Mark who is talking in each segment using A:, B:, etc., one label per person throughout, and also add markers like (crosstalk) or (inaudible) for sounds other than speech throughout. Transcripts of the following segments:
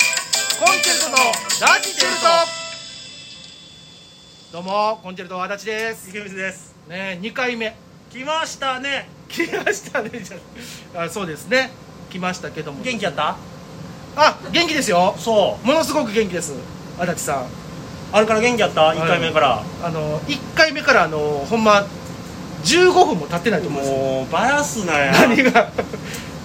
A: チェルトのラジチェルトどうもコンチェルト足立です
B: 池水です
A: ね2回目
B: 来ましたね
A: 来ましたねじゃああそうですね来ましたけども
B: 元気やった
A: あ元気ですよ
B: そう
A: ものすごく元気です足立さん
B: あれから元気やった一回目から、
A: あの1回目からあのほんま15分も経ってないと思うんですよ
B: もうバラすなや
A: 何が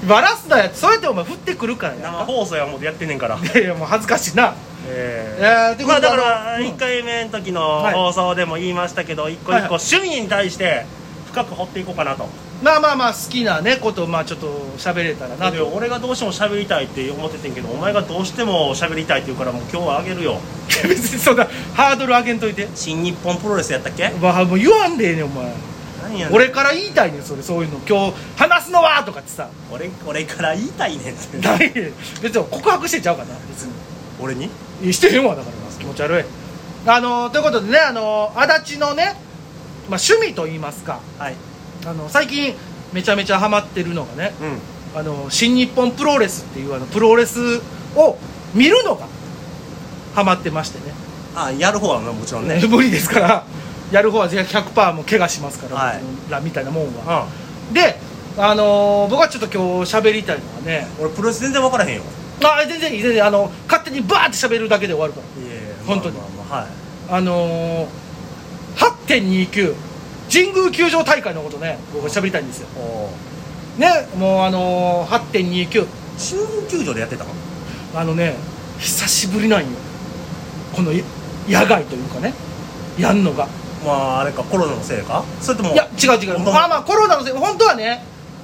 A: バラすなやつそうやってお前振ってくるから
B: 生
A: や
B: 放送やもうやってんね
A: (laughs)
B: んから
A: いやいやもう恥ずかしいな
B: え
A: えーとい
B: え
A: うこ
B: ま
A: と
B: あ
A: で
B: だから
A: あのうん
B: 1回目の時の
A: はい
B: 放送でも言いましたけど一個一個
A: は
B: 趣味に対して深く掘っていこうかなと
A: まあまあまあ好きなねことをまあちょっと喋れたらな
B: だけ
A: と
B: ど俺がどうしても喋りたいって思っててんけどお前がどうしても喋りたいって言うからもう今日はあげるよ
A: (laughs) 別にそんなハードル上げんといて
B: 新日本プロレスやったっけ
A: まあもう言わんでええねんお前
B: 何やねん
A: 俺から言いたいねんそれそういうの今日話すのはとかってさ
B: 俺俺から言いたいねんって
A: ない別に告白してちゃうかな別に
B: 俺に
A: いやしてへんわだから気持ち悪いあのということでねあの足立のね、まあ、趣味と言いますか
B: はい
A: あの最近めちゃめちゃハマってるのがね
B: うん
A: あの新日本プロレスっていうあのプロレスを見るのがハマってましてね
B: あやる方はなもち
A: (laughs)
B: ろんね
A: 無理ですからやる方は100%もう怪我しますから、
B: はい
A: 僕らみたいなもんは、
B: うん
A: で、あのー僕はちょっと今日喋りたいのはね
B: 俺プロレス全然分からへんよ
A: あ全然いい全然あの勝手にバーって喋るだけで終わるか
B: いやいや
A: 本当に
B: まあまあまあはい
A: らあのー、8.29神宮球場大会のことね僕は喋りたいんですよ
B: お
A: ねもうあのー、8.29
B: 中央球場でやってたの
A: あのね久しぶりなんよこのや野外というかねやんのが
B: まああれかコロナのせいかそれとも
A: いや違う違う
B: ほんま
A: まあまあコロナのせい本当はね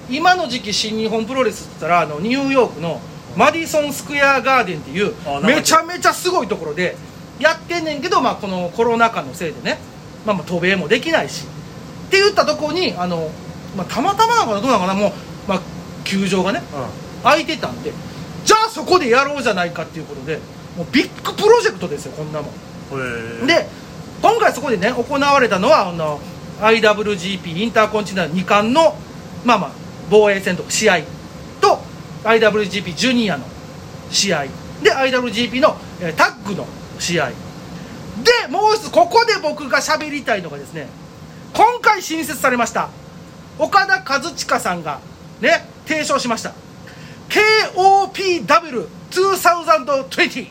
A: 今の時期新日本プロレスって言ったらあのニューヨークのマディソンスクエアガーデンっていう
B: あなんか
A: めちゃめちゃすごいところでやってんねんけど、まあ、このコロナ禍のせいでね、まあ、まあ渡米もできないしって言ったとこにあの、まあ、たまたまなのかなどうなのかなもう、まあ、球場がね空いてたんでじゃあそこでやろうじゃないかっていうことでもうビッグプロジェクトですよこんなもん。
B: うんへえ
A: で今回そこでね行われたのはあの IWGP インターコンチネンタル2冠のまあまあ防衛戦とか試合と IWGP ジュニアの試合で IWGP の、えータッグの試合でもう一つここで僕が喋りたいのがですね今回新設されました岡田和親さんがね提唱しました KOPW2020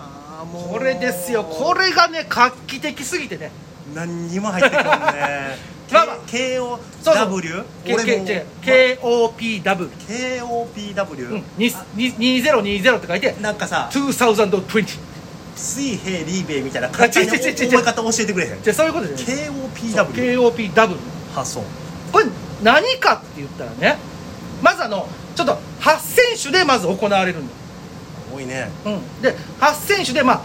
B: ああもう
A: これですよこれがね画期的すぎてね
B: 何にも入ってこんね
A: (laughs) まあまあ
B: KOW
A: そうそう
B: 俺も
A: KOPW2020
B: KOPW
A: って書いて
B: なんかさ
A: 2020
B: 水平リーベイみたいな
A: あ違う
B: 簡単に
A: 違う違う違う
B: 覚え方教えてくれへん
A: じゃあそういうことでね
B: KOPW
A: KOPW
B: 発想
A: これ何かって言ったらねまずあのちょっと8選手でまず行われるんだ
B: 多いね
A: よ、うん、で8選手でまあ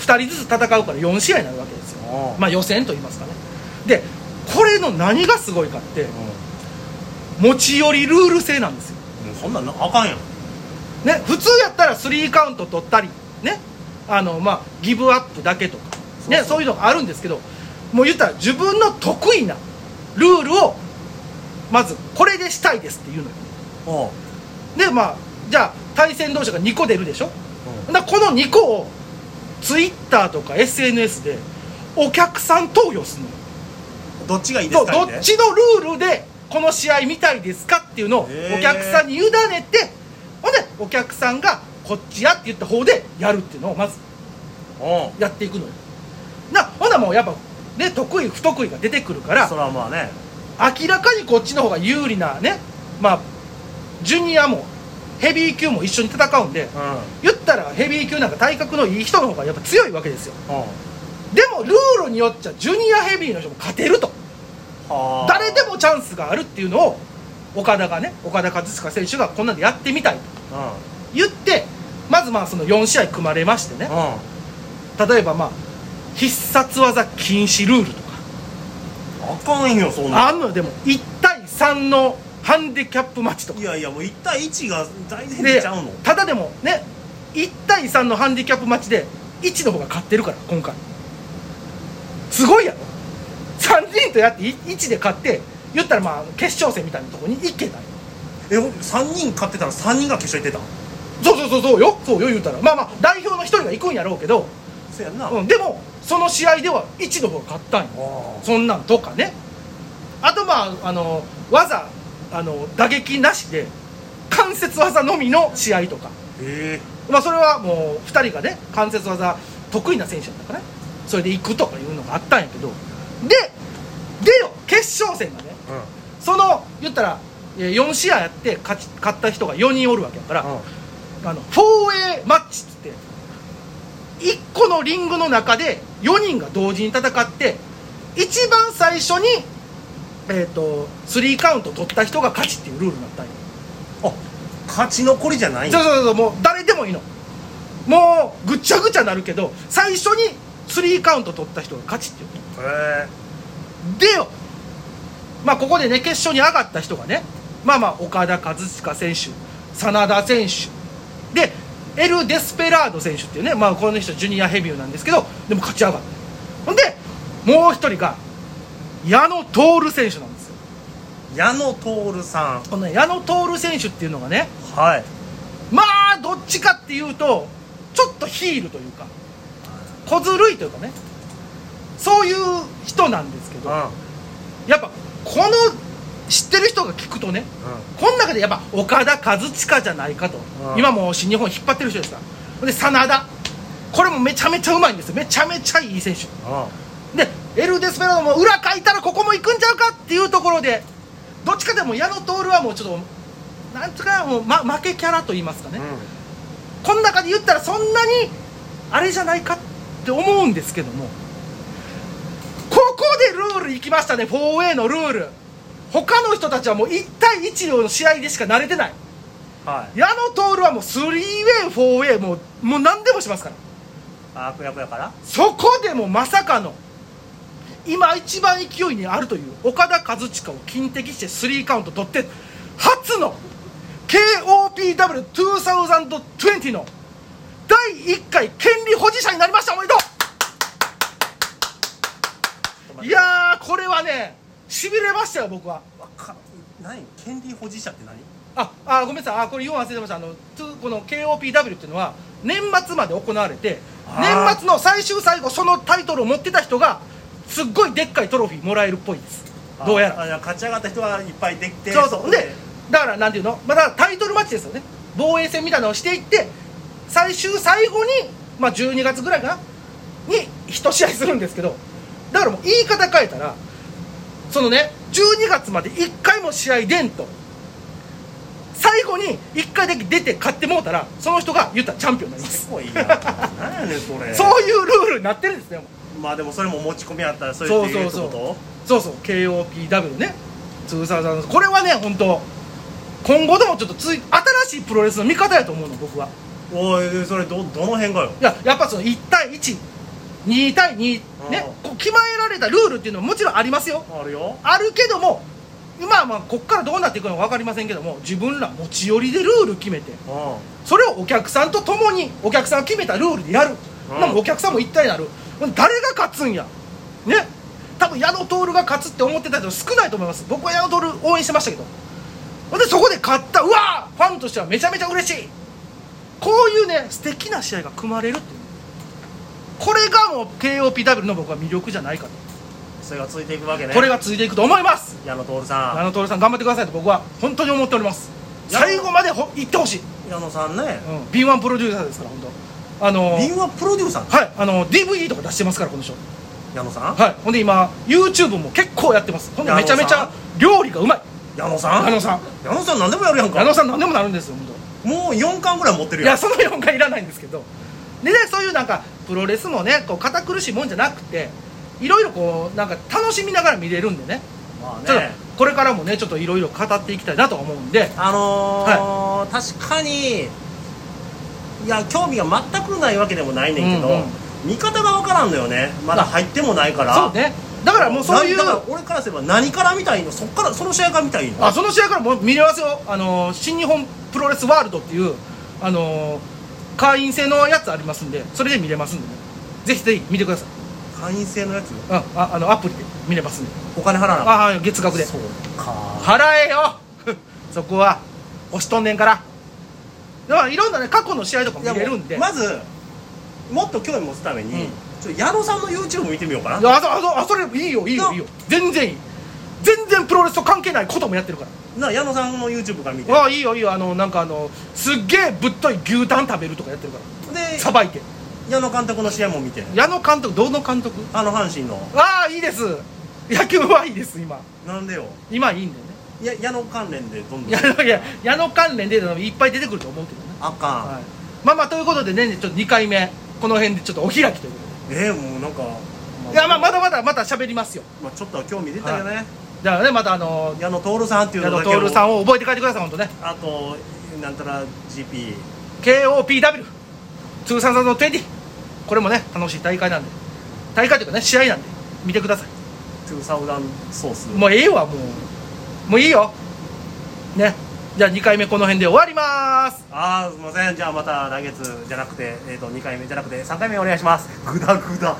A: 2人ずつ戦うから4試合になるわけですよ
B: うん
A: まあ予選と言いますかねでこれの何がすごいかって持ち寄りルール制なんですよ
B: うんもうそんなんなあかんやん
A: ね、普通やったらスリーカウント取ったり、ねあのまあ、ギブアップだけとか
B: そうそう
A: ね、そういうのがあるんですけどもう言ったら自分の得意なルールをまずこれでしたいですっていうのよ
B: おう
A: でまあじゃあ対戦同士が2個出るでしょ
B: うん
A: だからこの2個をツイッターとか SNS でお客さん投与するのよ
B: どっちがいいで
A: そう
B: すか
A: どっちのルールでこの試合見たいですかっていうのを
B: へー
A: お客さんに委ねてほんでお客さんがこっちやって言った方でやるっていうのをまず
B: おう
A: やっていくのよなほんならもうやっぱね得意不得意が出てくるから
B: それはまあね
A: 明らかにこっちの方が有利なねまあジュニアもヘビー級も一緒に戦うんで
B: うん
A: 言ったらヘビー級なんか体格のいい人の方がやっぱ強いわけですよ
B: うん
A: でもルールによっちゃジュニアヘビーの人も勝てると
B: はあ
A: 誰でもチャンスがあるっていうのを岡田がね岡田和親選手がこんなんでやってみたいと
B: う
A: 言ってまずまあその4試合組まれましてね
B: んうん
A: 例えばまあ必殺技禁止ルールとか
B: あかんよそんな
A: あんのよでも1対3のハンディキャップマッチとか
B: いやいやもう1対1が大前提
A: で
B: ちゃうの
A: ただでもね1対3のハンディキャップマッチで1の方が勝ってるから今回すごいやろ3人とやって1で勝って言ったらまあ決勝戦みたいなとこに行けたんよ
B: え3人勝ってたら3人が決勝行ってた
A: そうそうそうそうよそうよ言うたらまあまあ代表の一人が行くんやろうけど、
C: せやんな、あ
A: うん、でもその試合では1の方が勝ったんよ
C: ー
A: そんなんとかねあとまああの技あの打撃なしで関節技のみの試合とか、
C: え
A: まあ、それはもう2人がね関節技得意な選手だったからねそれで行くとかいうのがあったんやけどででよ決勝戦がね
C: えうん
A: その言ったら4試合やって勝ち勝った人が4人おるわけやから、あの 4A マッチっつって1個のリングの中で4人が同時に戦って一番最初に、えー、と3カウント取った人が勝ちっていうルールになったんよ
B: あ勝ち残りじゃないん
A: そう
B: だ
A: そうそうもう誰でもいいのもうぐっちゃぐちゃなるけど最初に3カウント取った人が勝ちっていう
C: へえ
A: でよ、まあ、ここでね決勝に上がった人がねまあまあ岡田和親選手真田選手でエル・デスペラード選手っていうね、まあ、この人ジュニアヘビーなんですけどでも勝ち上がったほんでもう一人が矢野徹選手なんですよ
B: 矢野徹さん
A: この、ね、矢野徹選手っていうのがね
B: はい
A: まあどっちかっていうとちょっとヒールというか小ずるいというかねそういう人なんですけ
C: う
A: ど
C: んうん
A: やっぱこの知ってる人が聞くとねこの中でやっぱ岡田和親じゃないかと、
C: うん
A: 今もう新日本引っ張ってる人ですからで真田これもめちゃめちゃうまいんですよめちゃめちゃいい選手でエル・デスペラードも裏かいたらここも行くんちゃうかっていうところでどっちかでも矢野徹はもうちょっとなんとかもう、ま、負けキャラと言いますかね、
C: うん
A: この中で言ったらそんなにあれじゃないかって思うんですけどもここでルール行きましたね 4A のルール他の人たちはもう1対1の試合でしか慣れてない
B: はい
A: 矢野徹はもう 3way4way もうもう何でもしますから
B: 悪役やから
A: そこでもまさかの今一番勢いにあるという岡田和親を金敵して3カウント取って初の KOPW2020 の第1回権利保持者になりましたおめでとういやーこれはねしびれましたよ僕は
B: わか何権利保持者って何
A: ああごめんなさいあこれよう忘れてましたあのつこの KOPW っていうのは年末まで行われて
B: あー
A: 年末の最終最後そのタイトルを持ってた人がすっごいでっかいトロフィーもらえるっぽいですどうやら
B: あじゃあ勝ち上がった人がいっぱいできて
A: そうそう
B: こ
A: でだからなんていうのまあだからタイトルマッチですよね防衛戦みたいなのをしていって最終最後にまあ12月ぐらいかなに一試合するんですけどだからもう言い方変えたらそのね12月まで1回も試合出んと最後に1回だけ出て勝ってもうたらその人が言ったらチャンピオンになります
B: すごいな何やねんそれ
A: そういうルールになってるんですねもう
B: まあでもそれも持ち込みあったらそう言って言えるって
A: そう
B: こ
A: そうそう
B: と
A: そうそう KOPW ね通算さんこれはね本当今後でもちょっとつい新しいプロレスの見方やと思うの僕は
B: おいそれどどの辺がよ
A: いややっぱその1対12対2ねこう決まられたルールっていうのはもちろんありますよ
B: あるよ
A: あるけども今はまあこっからどうなっていくのか分かりませんけども自分ら持ち寄りでルール決めて
B: うん
A: それをお客さんと共にお客さんが決めたルールでやる、
B: うん
A: なんかお客さんも一体になる誰が勝つんやね多分矢野徹が勝つって思ってた人少ないと思います僕は矢野徹応援してましたけどほんでそこで勝ったうわーファンとしてはめちゃめちゃ嬉しいこういうね素敵な試合が組まれるっていうこれがもう KOPW の僕は魅力じゃないかと、
B: それがついていくわけね
A: これが続いていくと思います
B: 矢野徹さん
A: 矢野徹さん頑張ってくださいと僕は本当に思っております
B: 矢野
A: 最後までほ行ってほしい
B: 矢野さんね
A: うん敏腕プロデューサーですから本当あのー
B: 敏腕プロデューサー
A: はいあの DVD とか出してますからこの人
B: 矢野さん
A: はいほんで今 YouTube も結構やってますほんで
B: 矢野
A: め
B: さ
A: ちゃ
B: ん
A: めちゃ料理がうまい
B: 矢野さん
A: 矢野さん
B: 矢野さん何でもやるやん
A: 矢
B: か
A: 野さん何でもなるんですよ本
B: もう4巻ぐらい持って
A: 当
B: る
A: いや
B: やん
A: その4回いらないんですけどでねそういうなんかプロレスもねこう堅苦しいもんじゃなくていろいろこうなんか楽しみながら見れるんでね
B: ま
A: ち
B: あ
A: ょっ
B: ね
A: とこれからもねちょっといろいろ語っていきたいなと思うんで
B: あのー確かにいや興味が全くないわけでもないねんけど、
A: うんうん
B: 見方が分からんのよねまだ入ってもないから
A: そうねだからもうそういう
B: なだから俺からすれば何から見たいのそっからその試合から見たいの
A: あその試合からもう見れますよ、あのー新日本プロレスワールドっていう、あのー会員制のやつありますんで、それで見れますんで、ね、ぜひぜひ見てください、
B: 会員制のやつ
A: うんああのアプリで見れますんで、
B: お金払わな
A: ああ月額で、
B: そうか
A: (laughs) 払えよ、そこは、押しとんねんから、だからいろんなね過去の試合とかも見れるんで、
B: まずもっと興味持つために、
A: うん
B: ちょっと矢野さんの YouTube 見てみようか
A: い
B: な
A: やあそあそあそれいいよいいよいいよ全然いい全然プロレスと関係ないこともやってるから
B: な矢野さんの YouTube から見て
A: ああいいよいいよあのなんかあのすっげえぶっとい牛タン食べるとかやってるから
B: で
A: さばいて
B: 矢野監督の試合も見て
A: 矢野監督どの監督
B: あの阪神の
A: ああいいです野球はいいです今
B: なんでよ
A: 今いいんだよね
B: いや矢野関連でどんどん
A: 矢野いや矢野関連でいっぱい出てくると思うけどね、
B: あかん、
A: はい、まあまあということでねちょっと2回目この辺でちょっとお開きというこ
B: えー、もうなん
A: と
B: か、
A: でいやまあまだまだまた喋りますよ
B: まあ、ちょっとは興味出たよね、
A: だからねまたあの
B: 矢野徹さんっていう
A: 矢
B: の
A: 野
B: だけを
A: 徹さんを覚えて帰ってください本当ね
B: あとなんたら GP
A: KOPW 通算の20これもね楽しい大会なんで大会というかね試合なんで見てください
B: 2000ソース
A: もうええわもうもういいよねじゃあ2回目この辺で終わります
B: ああすいませんじゃあまた来月じゃなくて、えー、と2回目じゃなくて3回目お願いしますグダグダ